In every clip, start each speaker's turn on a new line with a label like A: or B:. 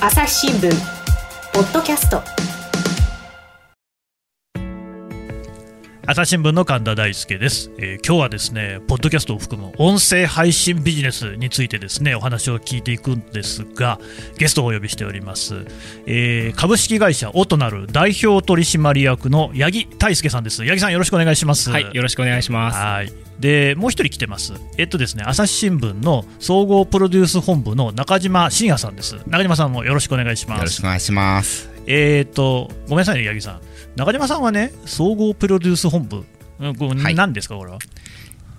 A: 朝日新聞ポッドキャスト
B: 朝日新聞の神田大輔です、えー今日はですねポッドキャストを含む音声配信ビジネスについてですねお話を聞いていくんですがゲストをお呼びしております、えー株式会社オトナル代表取締役の八木大輔さんです八木さんよろしくお願いします
C: はい、よろしくお願いします。
B: はいでもう一人来てます、えっとですね、朝日新聞の総合プロデュース本部の中島信也さんです、中島さんもよろしくお願いします。
D: よろしくお願いします。
B: えー、と、ごめんなさいね、八木さん。中島さんはね、総合プロデュース本部、うんこう
D: はい
B: 何ですか、これは。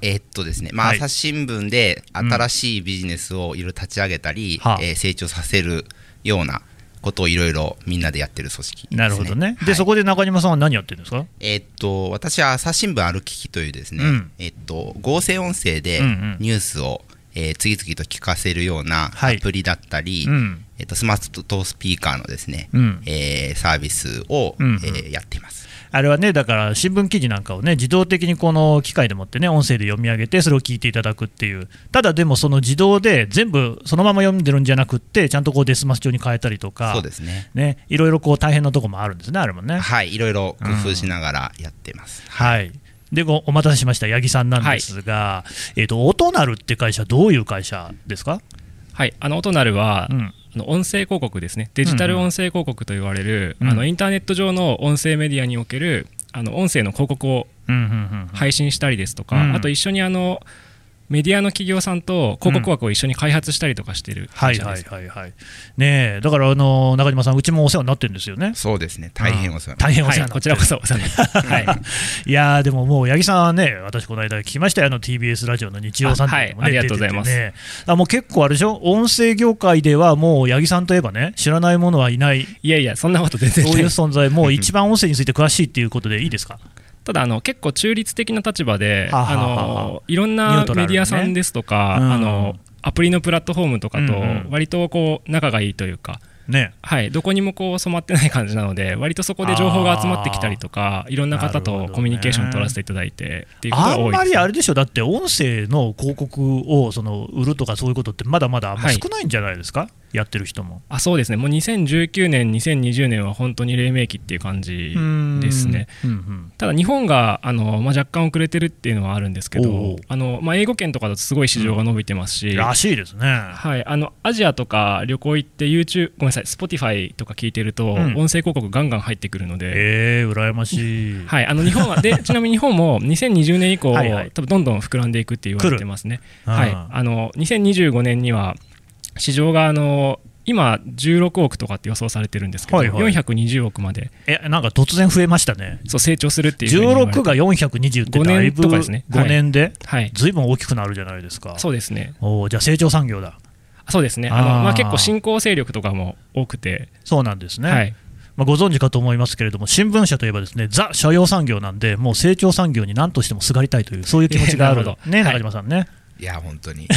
D: えーっとですね、まあ、
B: はい
D: 朝日新聞で新しいビジネスをいろいろ立ち上げたり、
B: はあ
D: えー成長させるようなことをいろいろみんなでやってる組織です、ね。
B: なるほどね。
D: はい
B: で、そこで中島さんは何やってるんですか
D: えーっと、私は朝日新聞ある聞きというですね、
B: うん
D: えーっと、合成音声で
B: うんうん
D: ニュースを、えー次々と聞かせるような
B: は
D: ア
B: い
D: プリだったり、
B: うん。
D: えーっとスマートスピーカーのですね、
B: うん。
D: えーサービスを、
B: うんうん
D: えーやっています。
B: あれはね、だから新聞記事なんかをね、自動的にこの機械でもってね、音声で読み上げて、それを聞いていただくっていう、ただでも、その自動で全部そのまま読んでるんじゃなくって、ちゃんとこうデスマス調に変えたりとか、
D: そうですね。
B: ね、いろいろこう大変なとこもあるんですね、あれもね。
D: はい、いろいろ工夫しながらやってます。
B: はい、でごお待たせしました、八木さんなんですが、えー、とオトナルって会社、どういう会社ですか、
C: はい、あのオトナルは、
B: うん
C: あの音声広告ですね。デジタル音声広告と言われる、
B: うんうん
C: あのインターネット上の音声メディアにおけるあの音声の広告を
B: うんうんうん
C: 配信したりですとか、
B: うん
C: あと一緒にあのメディアの企業さんと広告枠を一緒に開発したりとかしてる
B: は
C: 会
B: い
C: 社で
B: はい
C: す。
B: はいはい、ねえだから、あの中島さん、うちもお世話になってるんですよね。
D: そうですね、大変お世話にな
B: 大
D: ってます
B: 変お
C: は
B: 世話
C: い、
B: にな
C: こ
B: って
C: ち
B: る、
C: らこそお世話になってますはい
B: いやーでももう八木さんはね、私、この間聞きましたよ、あの TBS ラジオの日曜さん
C: あはい
B: もね
C: ありがとうございま
B: 出
C: す
B: ててねだからもう結構あれでしょ、音声業界ではもう八木さんといえばね、知らないものはいない、
C: いやいやそんなこと全
B: そう
C: 然ない
B: いう
C: です
B: 存在、もう一番音声について詳しいっていうことでいいですか。
C: ただあの結構中立的な立場で、
B: はあはあはあ
C: あのいろん
B: ニュ
C: な
B: ートラ
C: メ
B: ル
C: デ
B: にね
C: ィアさんですとか、
B: うん
C: あのアプリのプラットフォームとかと
B: うんうん
C: 割とこう仲がいいというか、
B: ね
C: はい、どこにもこう染まってない感じなので割とそこで情報が集まってきたりとかいろんな
B: な
C: 方
B: るほど
C: と
B: ね
C: コミュニケーション取らせていただいてっていうこと
B: あ
C: が多
B: ん
C: いで、
B: ますりあれでしょ、だって音声の広告をその売るとかそういうことって、まだまだあんま
C: はい
B: 少ないんじゃないですか、やってる人も。
C: あそうですねもう2019年2020年は本当に黎明期っていう感じですね
B: うんうん。
C: ただ日本があの、まあ、若干遅れてるっていうのはあるんですけ
B: おう
C: どあの、まあ、英語圏とかだとすごい市場が伸びてますし、
B: らしいですね。
C: はい、あのアジアとか旅行行って YouTube ごめんなさい Spotify とか聞いてると、
B: ん
C: 音声広告ガンガン入ってくるので、
B: えー、羨ましい。
C: はい、あの日本はでちなみに日本も2020年以降
B: はいはい
C: 多分どんどん膨らんでいくって言われてますね。
B: 来る
C: はい、
B: あー
C: あの2025年には市場があの今16億とかって予想されてるんですけど、
B: はいはい
C: 420億まで
B: え、なんか突然増えましたね。
C: そう成長するっていうふうに言われて
B: 16が420って
C: 五
B: だい
C: 年
B: ぶ
C: とかですね
B: 5年で、
C: はい
B: ずいぶん大きくなるじゃないですか。
C: そうですね
B: おーじゃあ成長産業だ。
C: そうですねあの
B: あー
C: まあ、結構新興勢力とかも多くて、
B: そうなんですね。
C: はい、
B: まあ、ご存知かと思いますけれども、新聞社といえばですね、ザ・社用産業なんで、もう成長産業に何としてもすがりたいという、そういう気持ちがある
C: なるほど
B: ね、
C: はい
B: 中島さんね。
D: いや、本当に。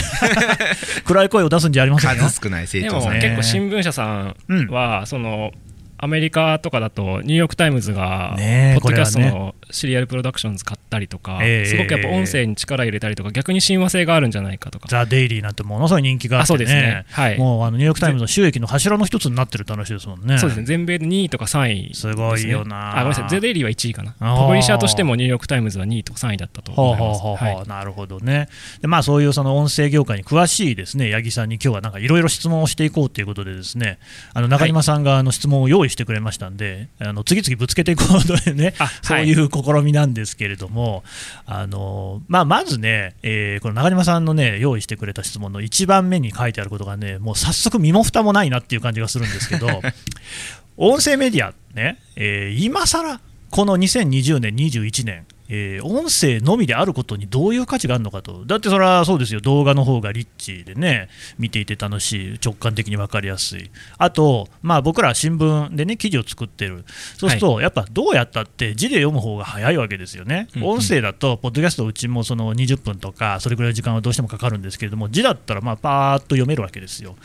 B: 暗い声を出すんじゃありませんよ。
D: 数少ない成
C: で
D: 長
C: も
D: さん。
B: ね
C: 結構新聞社さんはそのアメリカとかだとニューヨーク・タイムズがポ
B: ねえ
C: ッドキャスト
B: これ
C: のシリアルプロダクションズ買ったりとか
B: ええ
C: すごくやっぱ音声に力入れたりとか逆に親和性があるんじゃないかとか
B: ザ・デイリーなんてものすごい人気があ
C: あ
B: って
C: そう
B: ね、
C: ですねはい
B: もうあのニューヨーク・タイムズの収益の柱の一つになってるって話ですもんね。
C: そうですね全米で2位とか3位ですね
B: すごいよな
C: あごめんなさいゼデイリーは1位かな
B: あー
C: パブリッシャーとしてもニューヨーク・タイムズは2位とか3位だったと
B: ほう
C: 思い
B: ほう
C: ます
B: ほうほう、
C: はい
B: なるほどね。で、まあ、そういうその音声業界に詳しいですね、八木さんに今日はなんかいろいろ質問をしていこうということでですね、あの中島さんがあの質問を用意してくれましたんで、あの次々ぶつけていこうというね、
C: あ
B: そう
C: はい
B: いう試みなんですけれども、あの、まあ、まずね、えーこの中島さんのね、用意してくれた質問の一番目に書いてあることがね、もう早速身も蓋もないなっていう感じがするんですけど、 音声メディアね、えー今さらこの2020年、21年、えー音声のみであることにどういう価値があるのかと、だってそれはそうですよ、動画の方がリッチでね、見ていて楽しい、直感的に分かりやすい、あと、まあ、僕らは新聞でね、記事を作ってる、そうすると、やっぱどうやったって字で読む方が早いわけですよね、
C: うんうん
B: 音声だと、ポッドキャスト、うちもその20分とか、それくらいの時間はどうしてもかかるんですけれども、字だったら、まあ、パーっと読めるわけですよ。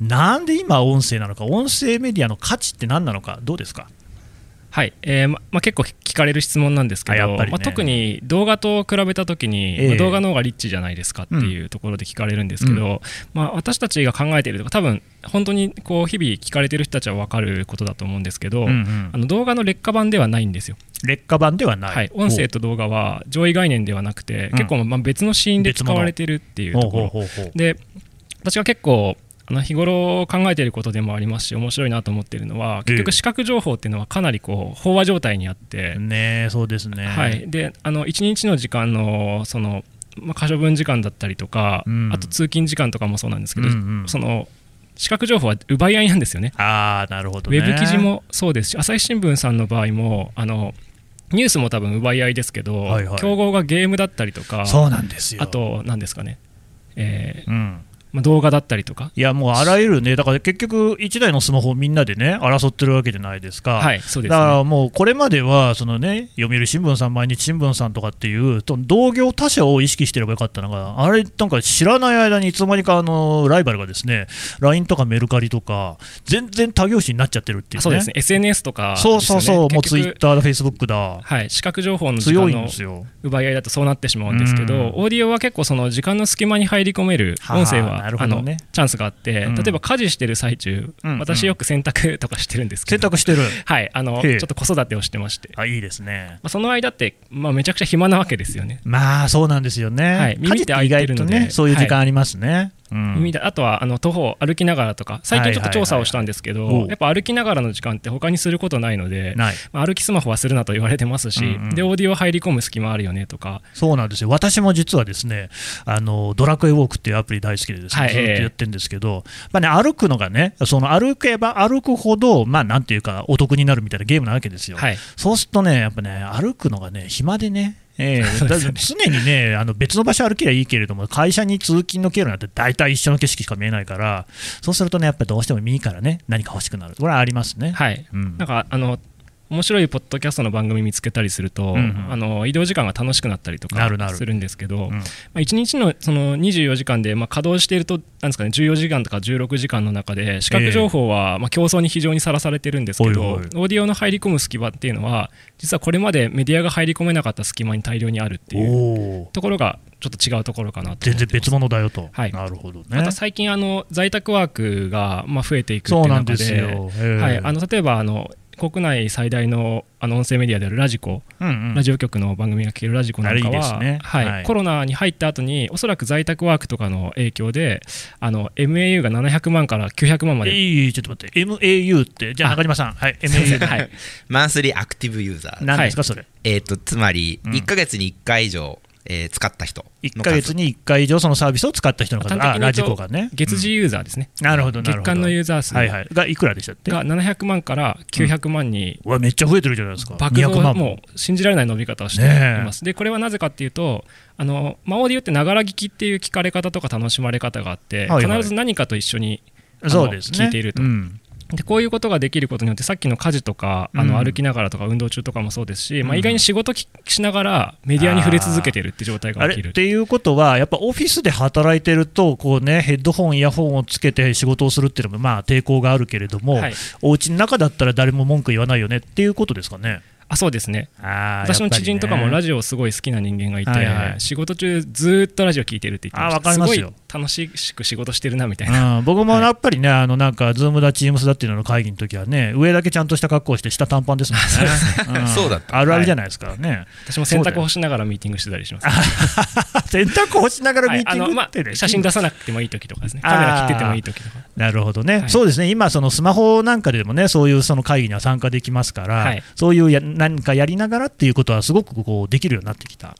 B: なんで今、音声なのか、音声メディアの価値って何なのか、どうですか、
C: はい、えーままあ、結構聞かれる質問なんですけ
B: あ
C: ど、
B: やっぱりね
C: まあ、特に動画と比べたときに、
B: ええ
C: まあ動画の方がリッチじゃないですかっていうところで聞かれるんですけど、
B: う
C: まあ、私たちが考えているとか多分本当にこう日々聞かれてる人たちは分かることだと思うんですけ
B: う
C: ど、
B: んうん
C: あの動画の劣化版ではないんですよ、
B: 劣化版ではない、
C: はい、音声と動画は上位概念ではなくて、
B: うん
C: 結構まあ別のシーンで使われてるっていう
B: ほう
C: ところ
B: ほうほうほう
C: で私が結構あの日頃考えていることでもありますし面白いなと思っているのは結
B: ええ
C: 局視覚情報っていうのはかなりこう飽和状態にあって、
B: ねえそうですね、
C: はい、であの1日の時間のその、まあ、可処分時間だったりとか、
B: うん
C: あと通勤時間とかもそうなんですけど、
B: うんうん
C: その視覚情報は奪い合いなんですよね
B: ああなるほど
C: ウ
B: ね
C: ェブ記事もそうですし朝日新聞さんの場合もあのニュースも多分奪い合いですけど、
B: はいはい
C: 競合がゲームだったりとか
B: そうなんですよ
C: あと何ですかね、えー
B: うん
C: まあ、動画だったりとか
B: いやもうあらゆるね、だから結局、1台のスマホをみんなでね、争ってるわけじゃないですか。
C: はいそうです
B: だ
C: ね
B: からもうこれまではその、ね、読売新聞さん、毎日新聞さんとかっていう、と同業他社を意識してればよかったのが、あれ、なんか知らない間にいつの間にかあのライバルがですね LINE とかメルカリとか、全然他業種になっちゃってるっていうね、
C: そうですね SNS とかですよ
B: そ
C: ね
B: うそうそう、もう
C: 結
B: ツイ
C: 局
B: ッターだ、フェイスブックだ、
C: はい、視覚情報の時
B: 強
C: 間
B: いん
C: の
B: ですよ。
C: 奪い合いだとそうなってしまうんですけど、
B: うん
C: オーディオは結構その時間の隙間に入り込める
B: はあ
C: 音声は
B: なる
C: あ
B: ほど
C: の
B: ね
C: チャンスがあって、
B: うん
C: 例えば家事してる最中、
B: うん
C: 私よく洗濯とかしてるんですけ
B: 選
C: ど、
B: 択してる、
C: はい、あのち
B: へ
C: ょ
B: え
C: っと子育てをしてまして、ま
B: あいいですね。
C: あ、その間って、まあ、めちゃくちゃ暇なわけですよね。
B: まあそうなんですよね、
C: はい
B: 家事って意外と
C: 耳って開いてるの
B: ね、
C: で
B: そういう時間ありますね。うん
C: 耳だあとはあの徒歩歩きながらとか最近ちょっと調査をしたんですけど、
B: はいはいはいはい
C: やっぱ歩きながらの時間って他にすることないので、
B: ない
C: まあ歩きスマホはするなと言われてますし、
B: うんうん
C: でオーディオ入り込む隙間あるよねとか、
B: そうなんですよ私も実はですねあのドラクエウォークっていうアプリ大好きでです、ね
C: はい
B: ずっとやってるんですけど、まあね、歩くのがねその歩けば歩くほど、まあ、なんていうかお得になるみたいなゲームなわけですよ、
C: はい
B: そうするとねやっぱね歩くのがね暇でね。ええ
C: そうです
B: だ常にね、あの別の場所歩きゃいいけれども、会社に通勤の経路なんて大体一緒の景色しか見えないから、そうするとね、やっぱどうしても右からね、何か欲しくなる、これはありますね。
C: はい、
B: うん
C: なんかあの面白いポッドキャストの番組見つけたりすると、
B: うんうん
C: あの移動時間が楽しくなったりとか
B: なるなる
C: するんですけど、
B: うん
C: まあ、1日のその24時間で、まあ、稼働しているとなんですか、ね、14時間とか16時間の中で視覚情報は、まあ、競争に非常にさらされてるんですけど
B: おいおい
C: オーディオの入り込む隙間っていうのは実はこれまでメディアが入り込めなかった隙間に大量にあるって
B: お
C: いう
B: お、
C: ところがちょっと違うところかなと
B: 全
C: 思って
B: 然別物だよと、
C: はい
B: なるほどね。
C: また最近あの在宅ワークがまあ増えていくってい
B: そううなん
C: 中
B: です
C: で
B: よ。ええ
C: はい、あの例えばあの国内最大のあの音声メディアであるラジコ、
B: うんうん
C: ラジオ局の番組が聴けるラジコな
B: あ
C: んか
B: れいいで
C: は
B: すね
C: はい
B: はい
C: コロナに入った後におそらく在宅ワークとかの影響であの MAU が700万から900万まで、
B: いいいいちょっと待って、MAU って、じゃあ
C: あ
B: 中島さん、はい、
C: すいません
B: MAU、
C: はい
D: マンスリーアクティブユーザー。
B: 何ですか、それ、
D: えっ、と、つまり、
B: うん
D: 1ヶ月に1回以上、えー使った人の数。
B: 1か月に1回以上、そのサービスを使った人の数、
C: 端的に言うと
B: あラジコがね、
C: 月次ユーザーですね、
B: なるほど、なる
C: 月
B: ほど、
C: 間のユーザー数
B: はい
C: が
B: はい、がいくらでしたって、
C: 700万から900万に
B: うわ、めっちゃ増えてるじゃないですか、
C: 爆
B: 200
C: 増
B: 万
C: も
B: も。
C: う信じられない伸び方をしています、でこれはなぜかっていうとあの、まあ、オーディオってながら聞きっていう聞かれ方とか楽しまれ方があって、
B: はいはい
C: 必ず何かと一緒にあの
B: そうですね。
C: 聞いていると
B: うん
C: でこういうことができることによってさっきの家事とかあの
B: うん
C: 歩きながらとか運動中とかもそうですし、ま
B: う
C: あ、
B: ん
C: 意外に仕事きしながらメディアに触れ続けてるって状態
B: あ
C: が
B: れ
C: 起き
B: っ
C: る
B: ていうことは、やっぱオフィスで働いてると、こうね、ヘッドホン、イヤホンをつけて仕事をするっていうのも、まあ、抵抗があるけれども、
C: はい
B: お家の中だったら誰も文句言わないよねっていうことですかね。
C: あそうですね私
B: 私
C: の知人とかもラ
B: ジ
C: ジオすごい好きな人間がいて、
B: はいはい
C: 仕事中ずーっとラジオ聞いてるって言ってまし
B: あ
C: た
B: わかりますよ
C: ごい楽しく仕事してるなみたいな、
B: うん、僕もやっぱりね、あのなんか、ズームだ、チームスだっていうのの会議の時はね、上だけちゃんとした格好をして、下短パンですもんね。ん
D: そうだった
B: あるあるじゃないですかね。
C: 私も洗濯干しながらミーティングしてたりします
B: 洗濯をしながら
C: は
B: ミ
C: い
B: ーティン
C: あ
B: グ
C: の
B: ってね、
C: まあ、写真出さなくてもいい時とかですねカメラ切っててもいい時とか
B: なるほどね、
C: はい
B: そうですね、今、そのスマホなんかでもね、そういうその会議には参加できますから、
C: はい
B: そういうや何かやりながらっていうことは、すごくこうできるようになってきた、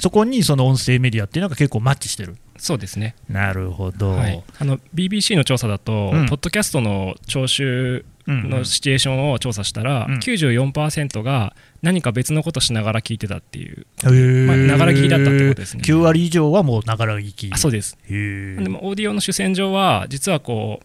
B: そこにその音声メディアっていうのが結構マッチしてる。
C: そうですね、
B: なるほど、
C: はい、あの BBC の調査だと、
B: うん
C: ポッドキャストの聴衆
B: うんうん
C: のシチュエーションを調査したら、
B: うん
C: 94%が何か別のことしながら聞いてたっていう、まあ
B: な
C: ながら聞きだったってことですね
B: 9割以上はもうながら聞き。
C: あそうです
B: へー
C: でもオーディオの主戦場は実はこう、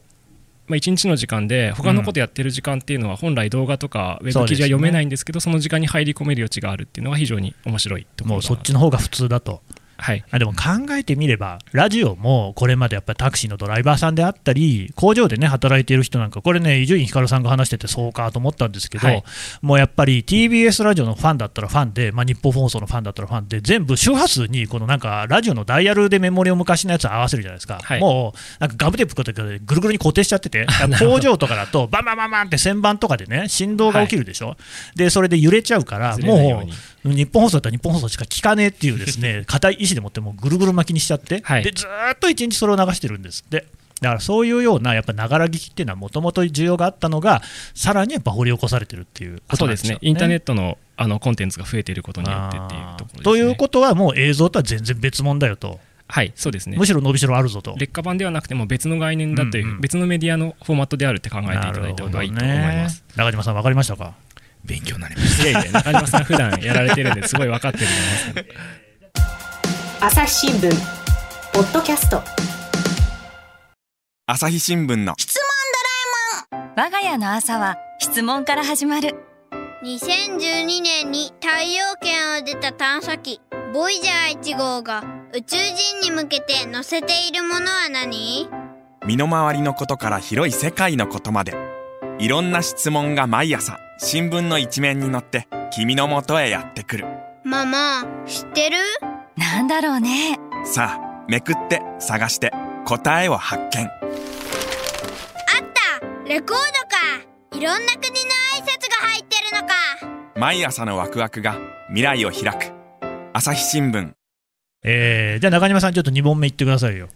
C: まあ、1日の時間で他のことやってる時間っていうのは本来動画とかウェ
B: そう
C: ブ
B: ですね
C: 記事は読めないんですけどその時間に入り込める余地があるっていうのが非常に面白いとこ
B: も
C: ろ
B: う
C: だ
B: そ
C: な
B: っちの方が普通だと。
C: はい
B: あでも考えてみれば、ラジオもこれまでやっぱりタクシーのドライバーさんであったり、工場でね働いている人なんか、これね、伊集院光さんが話してて、そうかと思ったんですけど、
C: はい
B: もうやっぱり TBS ラジオのファンだったらファンで、まあ、日本放送のファンだったらファンで、全部周波数に、このなんか、ラジオのダイヤルでメモリを昔のやつ合わせるじゃないですか、
C: はい
B: もうなんかガムテープとかでぐるぐるに固定しちゃっ てて、工場とかだと、バンバンバンバンって旋盤とかでね、振動が起きるでしょ、でそれで揺れちゃうから、
C: ずれないよ
B: も
C: う
B: う
C: に
B: 日本放送だったら日本放送しか聞かねえっていうです ね固い意志でもってもうぐるぐる巻きにしちゃって、
C: はい
B: でずーっと一日それを流してるんですって。だからそういうような、やっぱながら聞きっていうのは、もともと需要があったのが、さらにやっぱ掘り起こされてるっていうこ
C: そ
B: と
C: う
B: なんで
C: で
B: す
C: す
B: よ
C: ね
B: ね。
C: インターネッ
B: ッ
C: トのあのコンテンツが増えていることによってっていうところです、ね、
B: ということは、もう映像とは全然別物だよと、
C: はいそうですね
B: むしろ伸びしろあるぞと。
C: 劣化版ではなくても別の概念だという、
B: うんうん
C: 別のメディアのフォーマットであるって考えていただいた方がいいと思います。
B: なるほどね中島さん、分かりましたか
D: 勉強になりまし
C: いやいや中島さん普段やられてるんですごい分かってると思いますね
A: 朝日新聞ポッドキャスト
E: 朝日新聞の
F: 我が家の朝は質問から始まる
G: 2012年に太陽圏を出た探査機ボイジャー1号が宇宙人に向けて乗せているものは何
E: 身の回りのことから広い世界のことまでいろんな質問が毎朝新聞の一面に載って君のもとへやってくる
G: ママ知ってる
F: なんだろうね
E: さあめくって探して答えを発見
G: あったレコードかいろんな国の挨拶が入ってるのか
E: 毎朝のワクワクが未来を開く朝日新聞
B: えーじゃあ中島さん、ちょっと2本目いってくださいよ。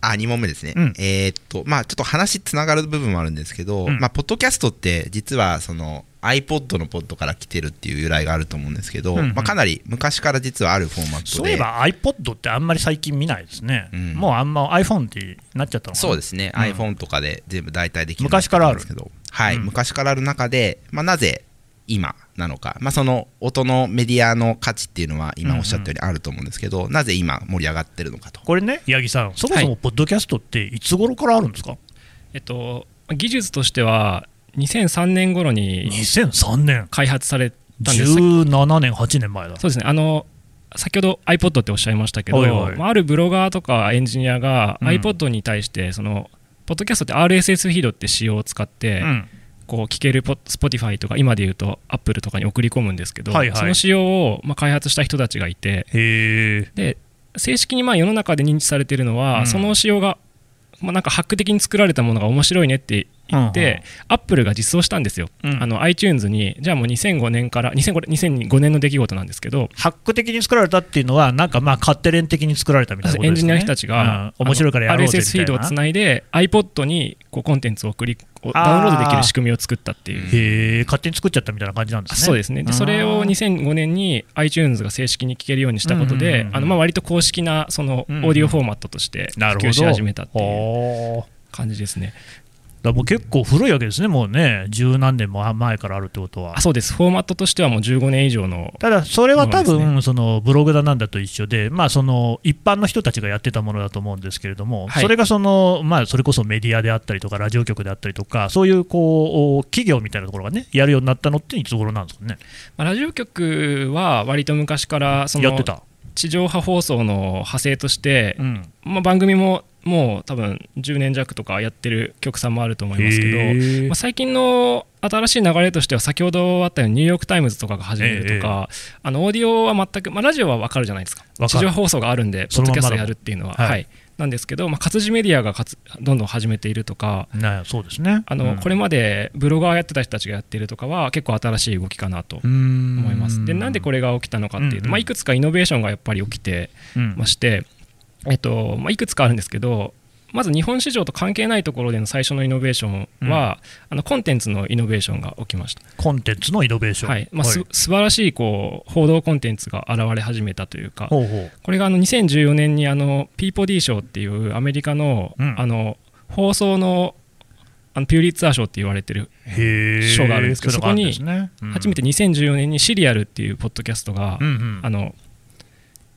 D: あ、2問目ですね。
B: うん
D: えーっと、まあちょっと話つながる部分もあるんですけど、
B: うん
D: まあポッドキャストって実はその iPod のポッドから来てるっていう由来があると思うんですけど、
B: うんうん
D: まあかなり昔から実はあるフォーマットで。
B: そういえば iPod ってあんまり最近見ないですね、
D: うん
B: もうあんま iPhone ってなっちゃったのかな
D: そうですね、
B: うん
D: iPhone とかで全部代替できる
B: 昔からある
D: んですけど、はい
B: うん
D: 昔からある中で、まあ、なぜ今なのか、まあ、その音のメディアの価値っていうのは
B: うんう
D: 今
B: ん
D: おっしゃったようにあると思うんですけど、なぜ今盛り上がってるのかと。
B: これね、八木さん、そもそ
C: は
B: もポッドキャストっていつ頃からあるんですか、
C: えっと技術としては2003年頃に
B: ?2003 年、
C: 開発されたんです
B: 17年、8年前だ。
C: そうですねあの先ほど iPod っておっしゃいましたけど、
B: はいはい
C: まあ、あるブロガーとかエンジニアが
B: うん
C: iPod に対してその、ポッドキャストって RSS フィードって仕様を使って、
B: うん
C: こう聞けるポ Spotify とか今で言うと Apple とかに送り込むんですけど、
B: はいはい
C: その仕様をまあ開発した人たちがいて
B: へえ、
C: で正式にまあ世の中で認知されてるのは、
B: うん
C: その仕様が、まあ、なんかハック的に作られたものが面白いねって言って、Apple が実装したんですよ、
B: うん
C: あの iTunes にじゃあもう2005年から2005 2005年の出来事なんですけど
B: ハック的に作られたっていうのは、なんかまあ、勝手連的に作られたみたいなことです、
C: エ
B: ね、
C: ンジニアの人たちが、
B: うん面白いからやろうぜ
C: RSS フィ
B: み
C: ー
B: た
C: ド
B: い
C: を
B: な
C: つ。ないで iPod にこうコンテンツを送りこう
B: あー
C: ダウンロードできる仕組みを作ったっていう
B: へえ、勝手に作っちゃったみたいな感じなんですね。
C: そうですねでそれを
B: あー
C: 2005年に iTunes が正式に聴けるようにしたこと
B: うんうん
C: で
B: うんうん
C: あのまあ割と公式なそのオ
B: うんうん
C: ーディオフォーマットとして
B: なる
C: 普
B: ほ
C: 及
B: ど
C: し始めたっていう
B: おー
C: 感じですね
B: だからもう結構古いわけですね、もうね、十何年も前からあるってことは
C: あ。そうですフォーマットとしてはもう15年以上の
B: ただ、それは多
C: そうです
B: 分、そのブログだなんだと一緒で、まあ、その一般の人たちがやってたものだと思うんですけれども、
C: はい
B: それがその、まあ、それこそメディアであったりとか、ラジオ局であったりとか、そういうこう企業みたいなところがね、やるようになったのっていつ頃なんですかね、
C: まあラジオ局は割と昔からそ
B: やっ
C: の
B: てた。
C: 地上波放送の派生として
B: うん
C: まあ、番組ももう多分10年弱とかやってる局さんもあると思います
B: へ
C: けど、
B: ー
C: まあ、最近の新しい流れとしては先ほどあったようにニューヨーク・タイムズとかが始めるとか、あのオーディオは全く、まあ、ラジオは分かるじゃないですか
B: わか
C: 地
B: る
C: 上放送があるんで
B: そ
C: ポ
B: の
C: ッド
B: まんま
C: キャス
B: だ
C: トやるっていうのは、
B: はい
C: はいなんですけど、まあ、活字メディアがかつどんどん始めているとか
B: なそうですね。
C: あの、
B: うん
C: これまでブロガーやってた人たちがやってるとかは結構新しい動きかなと思
B: 思
C: いますでなんでこれが起きたのかっていうと、
B: うんうん
C: まあ、いくつかイノベーションがやっぱり起きて
B: れ、
C: まして、えっとまあ、いくつかあるんですけどまず日本市場と関係ないところでの最初のイノベーションは、あのコンテンツのイノベーションが起きました、
B: コンテンツのイノベーション。
C: はいまあ、す素晴らしいこう報道コンテンツが現れ始めたというか
B: ほうほう
C: これがあの2014年にあのピーポディ賞っていうアメリカの,、
B: うん
C: あの放送のあのピューリッツァー賞って言われてる
B: へー
C: 賞があるんですけど
B: ういうのがあるん
C: そ
B: ですねうん
C: 初めて2014年にシリアルっていうポッドキャストが、
B: うんうん
C: あの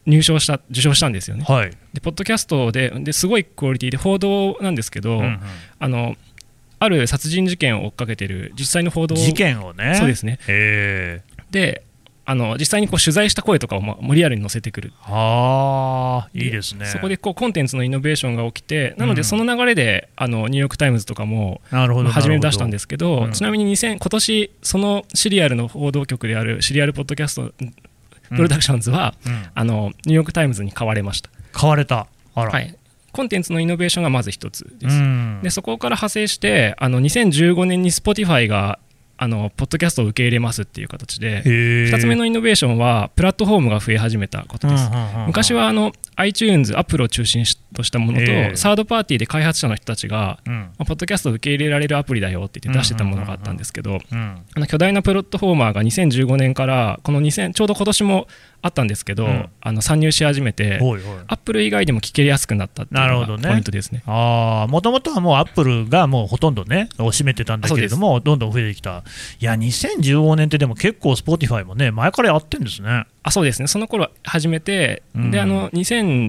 C: 入賞した受賞したんですよね。
B: はい。
C: でポッドキャストでですごいクオリティで報道なんですけど、
B: うん
C: あのある殺人事件を追っかけてる実際の報
B: う
C: 道
B: ん事件をね。
C: そうですね
B: へー
C: であの実際にこう取材した声とかをまもうリアルに載せてくる
B: あーいいですね
C: そこでこうコンテンツのイノベーションが起きてなの
B: うん
C: でその流れであのニューヨーク・タイムズとかも
B: なるほど
C: 初めに出したんですすけど
B: うん
C: ちなみに2000今年そのシリアルの報道局であるシリアルポッドキャストプロダクションズは、
B: うん
C: あのニューヨーク・タイムズに買われました、
B: 買われたあら、
C: はい、コンテンツのイノベーションがまず一つ
B: う
C: です、
B: ん
C: でそこから派生してあの2015年に Spotify があのポッドキャストを受け入れますっていう形で
B: 2
C: 2つ目のイノベーションはプラットフォームが増え始めたことです、昔はあの iTunes、Apple を中心としたものと、
B: ええ
C: サードパーティーで開発者の人たちが、
B: うん
C: まあポッドキャストを受け入れられるアプリだよって言って出してたものがあったんですけど、
B: うん
C: あの巨大なプラットフォーマーが2015年からこの2000ちょうど今年もあったんですけど、
B: うん
C: あの参入し始めて
B: おいおい
C: アップル以外でも聞けやすくなったっていう
B: なる
C: の
B: ほどね
C: がポイントですね
B: あもともとはもうアップルがもうほとんどね、を占めてたんだけれども、どんどん増えてきた、いや、2015年ってでも結構、Spotify もね、前からやってんですね。
C: あそうですねその頃始めて、
B: うん
C: であの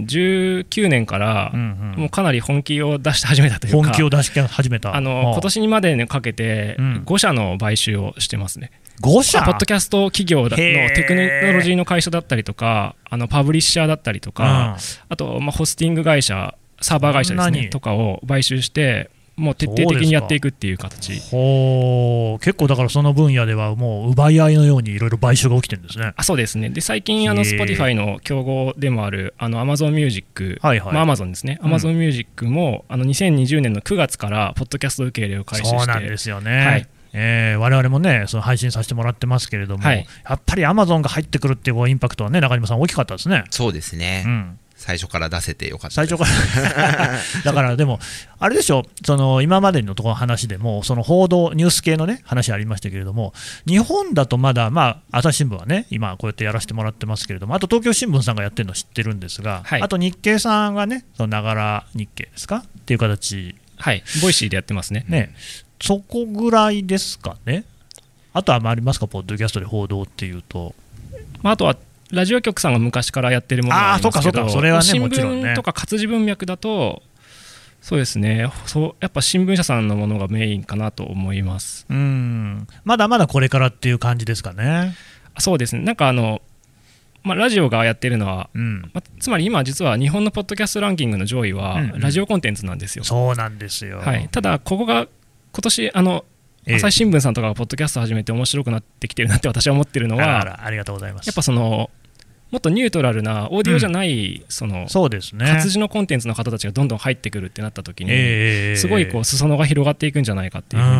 C: 2019年から、
B: うんうん
C: もうかなり本気を出して始めたというか
B: 本気を出し始めた。
C: あの今年にまでにかけて
B: うん
C: 5社の買収をしてますね、
B: 5
C: あ
B: 社
C: ポッドキャスト企業だの
B: へー
C: テクノロジーの会社だったりとかあのパブリッシャーだったりとか、あと、まあ、ホスティング会社サーバー会社です
B: そんなに
C: ねとかを買収してもう徹底
B: そうで
C: 的
B: す
C: に
B: か
C: やっていくっていう形
B: ほう結構だからその分野ではもう奪い合いのようにいろいろ買収が起きてるんですね。
C: あそうですねで最近あ
B: へ
C: の
B: ー
C: Spotify の競合でもあるあの AmazonMusic
B: はいはい
C: まあ、Amazon ですね、
B: うん
C: AmazonMusic もあの2020年の9月からポッドキャスト受け入れを開始して
B: そうなんですよね。
C: はい
B: えー、我々もね、その配信させてもらってますけれども、
C: はい
B: やっぱりアマゾンが入ってくるっていうこうインパクトはね、中島さん、大きかったですね。
D: そうですね、
B: うん、
D: 最初から出せてよかった
B: 最
D: です
B: 初 から、だからでも、あれでしょ、その今までのところの話でも、その報道、ニュース系の、ね、話ありましたけれども、日本だとまだ、まあ、朝日新聞はね、今、こうやってやらせてもらってますけれども、あと東京新聞さんがやってるの知ってるんですが、
C: はい
B: あと日経さんがね、そのながら日経ですかっていう形
C: はいボイシーでやってますね
B: ね、そこぐらいですかね、あとはまあありますか、ポッドキャストで報道っていうと、
C: まあ、あとはラジオ局さんが昔からやってるものがあります
B: あーそ
C: けど
B: うかそうかそれはね
C: 新
B: もちろんね
C: 聞とか活字文脈だとそうですねそうやっぱ新聞社さんのものがメインかなと思います
B: うん、まだまだこれからっていう感じですかね。
C: あそうですねなんかあの、まあ、ラジオがやってるのは、
B: うん
C: まあ、つまり今実は日本のポッドキャストランキングの上位は
B: うんうん
C: ラジオコンテンツなんですよ、
B: そうなんですよ、
C: はい、ただここが今年あの
B: ええ
C: 朝日新聞さんとかがポッドキャスト始めて面白くなってきてるなって私は思ってるの
B: あら
C: は
B: あらありがとうございます。
C: やっぱそのもっとニュートラルなオーディオじゃない、その
B: そうですね。
C: 活字のコンテンツの方たちがどんどん入ってくるってなった時に、
B: ええ
C: すごいこう裾野が広がっていくんじゃないかっていうふう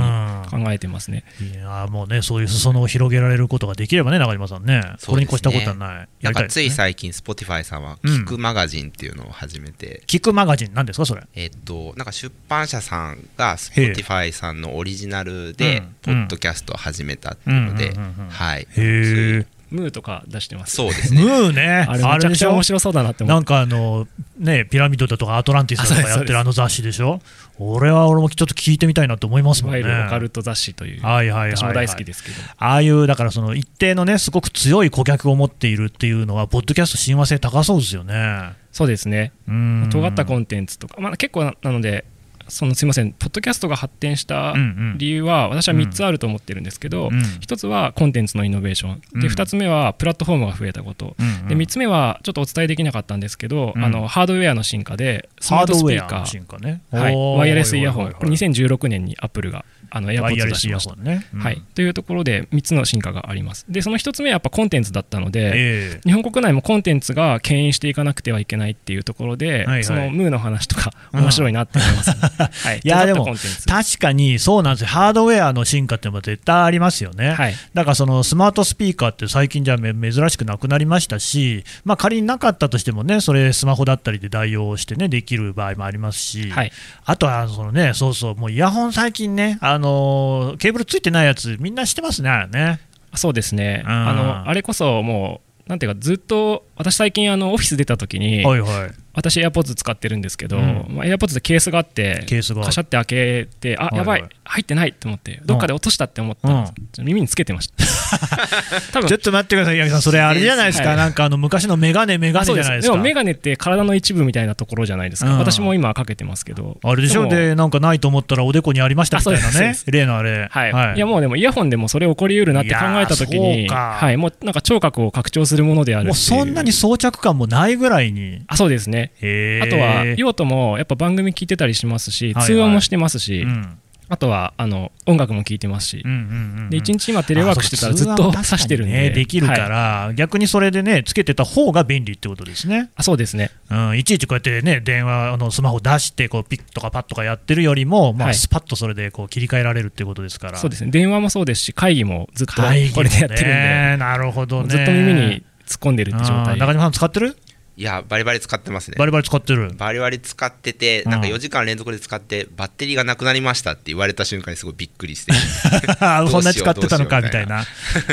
C: に考えてますね。
B: うんいやーもうね、そういう裾野を広げられることができればね、中島さんね、
D: すね
B: これに越したことはない、や
D: なん
B: りた
D: か
B: いで
D: つ
B: すね
D: い最近 Spotify さんは
B: うん
D: 聞くマガジンっていうのを始めて、
B: 聞くマガジン、なんですか、それ。
D: えっとなんか出版社さんが
B: え
D: Spotify さんのオリジナル
B: う
D: で
B: ん
D: ポッドキャストを始めたっていうので、
B: うんうんうんうん
D: はい
B: へえ、
C: ムーとか出して ます。
D: そうです
B: ム
D: ね
B: ーね、
C: あれめちゃくちゃ面白そうだなって思
B: な
C: っ
B: んかあの、ね、ピラミッドだとかアトランティスだとかやってるあ
C: あ
B: の雑誌でしょ、俺は俺もちょっと聞いてみたいなと思いま
C: て、
B: す
C: い
B: もん
C: わ
B: ね。
C: ゆるオカルト雑誌という、
B: はいはいはいはい、
C: 私も大好きですけど、
B: ああいう、だからその一定のね、すごく強い顧客を持っているっていうのは、ポッドキャスト親和性高そうですよね。
C: そうですね、
B: うん
C: 尖ったコンテンツとか、まあ、結構ななので、そのすみません、ポッドキャストが発展した
B: うんうん
C: 理由は、私は3つあると思ってるんですけど、
B: うん
C: 1つはコンテンツのイノベーション、で
B: うん
C: 2つ目はプラットフォームが増えたこと、で3つ目はちょっとお伝えできなかったんですけど、
B: うん
C: あのハードウェアの進化でスマ
B: ハ
C: ー
B: ー
C: ト
B: ド
C: ス
B: ウ
C: ピ
B: ェ
C: ー
B: ア
C: カ
B: の
C: ー
B: 進化ね。
C: はい、
B: おー
C: ワイヤレスイヤホ
B: はい
C: ン、
B: は
C: こ
B: い
C: れ
B: はい
C: 2016年にアップルがあのエアポ
B: ワイ
C: ッ
B: ヤ
C: ツ
B: レ
C: 出
B: ス
C: し
B: イ
C: ま
B: ヤ
C: した
B: ホ。ンね。うん
C: はい、というところで3つの進化があります。でその1つ目はやっぱコンテンツだったので、
B: え
C: 日本国内もコンテンツが牽引していかなくてはいけないっていうところで、
B: はいはい
C: そのムーの話とか
B: うん
C: 面白いなって思います、ねはい、
B: いや
C: 尖った
B: でも
C: コンテンツ
B: え確かにそうなんですよ、ハードウェアの進化っても絶対ありますよね。
C: はい
B: だからそのスマートスピーカーって最近じゃめ珍しくなくなりましたし、まあ、仮になかったとしてもね、それスマホだったりで代用してね、できる場合もありますし、
C: はい
B: あとはそのね、そうそう、もうイヤホン最近ね、あのーケーブルついてないやつ、みんなしてますね、あれね。
C: そうですね
B: うん
C: あのあれこそもうなんていうかずっと私最近あのオフィス出た時に、
B: はいはい。
C: 私 AirPods 使ってるんですけど、
B: うん
C: まあ、AirPods でケースがあって
B: ケースが
C: カシャって開けてあ、
B: いはい
C: やばい入ってないと思ってどっかで落としたって思ったんです、ちょっと耳につけてました 多分
B: ちょっと待ってください、八木さん、それあれじゃないですか、
C: はい
B: なんかあの昔のメガネ、メガネじゃないです
C: そ
B: か。
C: うでもメガネって体の一部みたいなところじゃないですか、
B: うん
C: 私も今かけてますけど
B: あれでしょ
C: も
B: で、なんかないと思ったらおでこにありましたみたいな
C: あそうで
B: ね
C: す、
B: 例のあれ。
C: はいい、やもうでもイヤホンでもそれ起こりうるなって考えた時
B: いやーそう
C: に
B: か
C: はい、もうなんか聴覚を拡張するものであるってい
B: もうそんなに装着感もないぐらいに。
C: あそうですね
B: へー
C: あとは用途もやっぱ番組聞いてたりしますし
B: はいはい
C: 通話もしてますし、
B: うん
C: あとはあの音楽も聞いてますし
B: うんう、んうん
C: で1日今テレワークしてたらずっと
B: あそう
C: 指
B: か
C: してるんで、
B: 通話も確かにねできるか
C: はい
B: ら、逆にそれでね、つけてた方が便利ってことですね。
C: あそうですね
B: うん、いちいちこうやってね、電話、あのスマホ出してこう、ピッとかパッとかやってるよりも、ま
C: は
B: あ、
C: い
B: スパッとそれでこう切り替えられるってことですから、
C: そうですね電話もそうですし会議もずっとこれでやってるんで、
B: ね、なるほどね。
C: ずっと耳に突っ込んでるって状
B: あー
C: 態
B: 中島さん、使ってる
D: いやバリバリ使ってますね
B: バリバリ使って る。
D: バリバリ使っててなんか
B: うん
D: 4時間連続で使ってバッテリーがなくなりましたって言われた瞬間にすごいびっくりしてうしよう
B: こんな使ってたのかみたいな。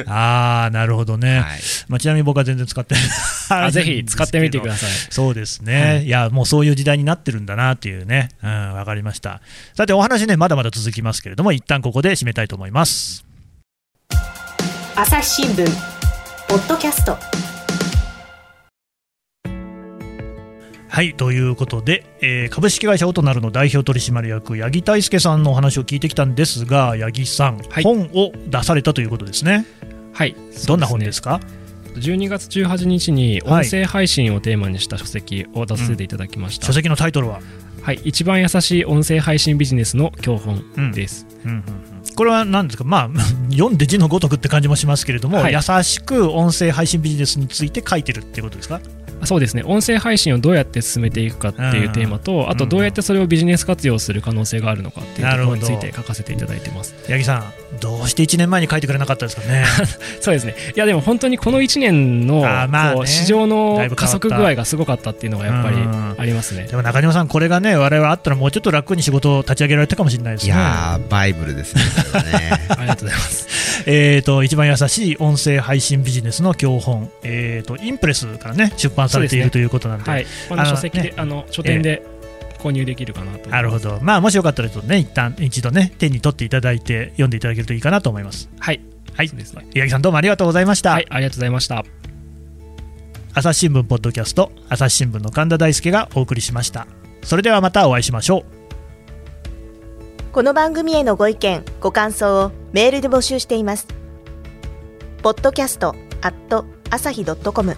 B: ああ、なるほどね。
D: はい
B: まあ、ちなみに僕は全然使ってない。
C: あぜひ使ってみてください
B: そうですね、い、や、もうそういう時代になってるんだなっていうね、うん、わかりました。さて、お話ね、まだまだ続きますけれども、一旦ここで締めたいと思います。
A: 朝日新聞ポッドキャスト
B: はいということで、えー株式会社オトナルの代表取締役、八木大輔さんのお話を聞いてきたんですが、八木さん、
C: はい
B: 本を出されたということですね、
C: はい
B: どんな本ですか、
C: 12月18日に
B: はい
C: 音声配信をテーマにした書籍を出させていただきました、
B: 書籍のタイトルは、
C: はい、一番優しい音声配信ビジネスの教本です、
B: これは何ですか、まあ、 読んで字のごとくって感じもしますけれども、
C: はい
B: 優しく音声配信ビジネスについて書いてるってことですか、
C: あそうですね音声配信をどうやって進めていくかっていうテーマと、あとどうやってそれをビジネス活用する可能性があるのかっていうところについて書かせていただいてます
B: 八木さん、どうして1年前に書いてくれなかったんですかね。
C: そうですねいやでも本当にこの1年の
B: あーまあね
C: こう市場
B: だい
C: の
B: ぶ変わった
C: 加速具合がすごかったっていうのがやっぱり
B: うん
C: ありますね
B: でも中島さん、これがね、我々あったら、もうちょっと楽に仕事を立ち上げられたかもしれないです
D: い
B: ね。
D: やーバイブルですねこれはね
C: ありがとうございます
B: えー、と一番優しい音声配信ビジネスの教本、えー、とインプレスからね出版されている、
C: そうですね
B: ということなんで、
C: はいこの書籍で
B: あのね
C: あの,、書店で購入できるかなと
B: なるほど、まあ、もしよかったらちょっと、ね、一旦一度ね、手に取っていただいて、読んでいただけるといいかなと思います。
C: はい
B: はい、
C: そうですね
B: 八木さん、どうもありがとうございました。
C: はいありがとうございました
B: 朝日新聞ポッドキャスト朝日新聞の神田大輔がお送りしましたそれではまたお会いしましょう
H: この番組へのご意見、ご感想をメールで募集しています。podcast at 朝日 .com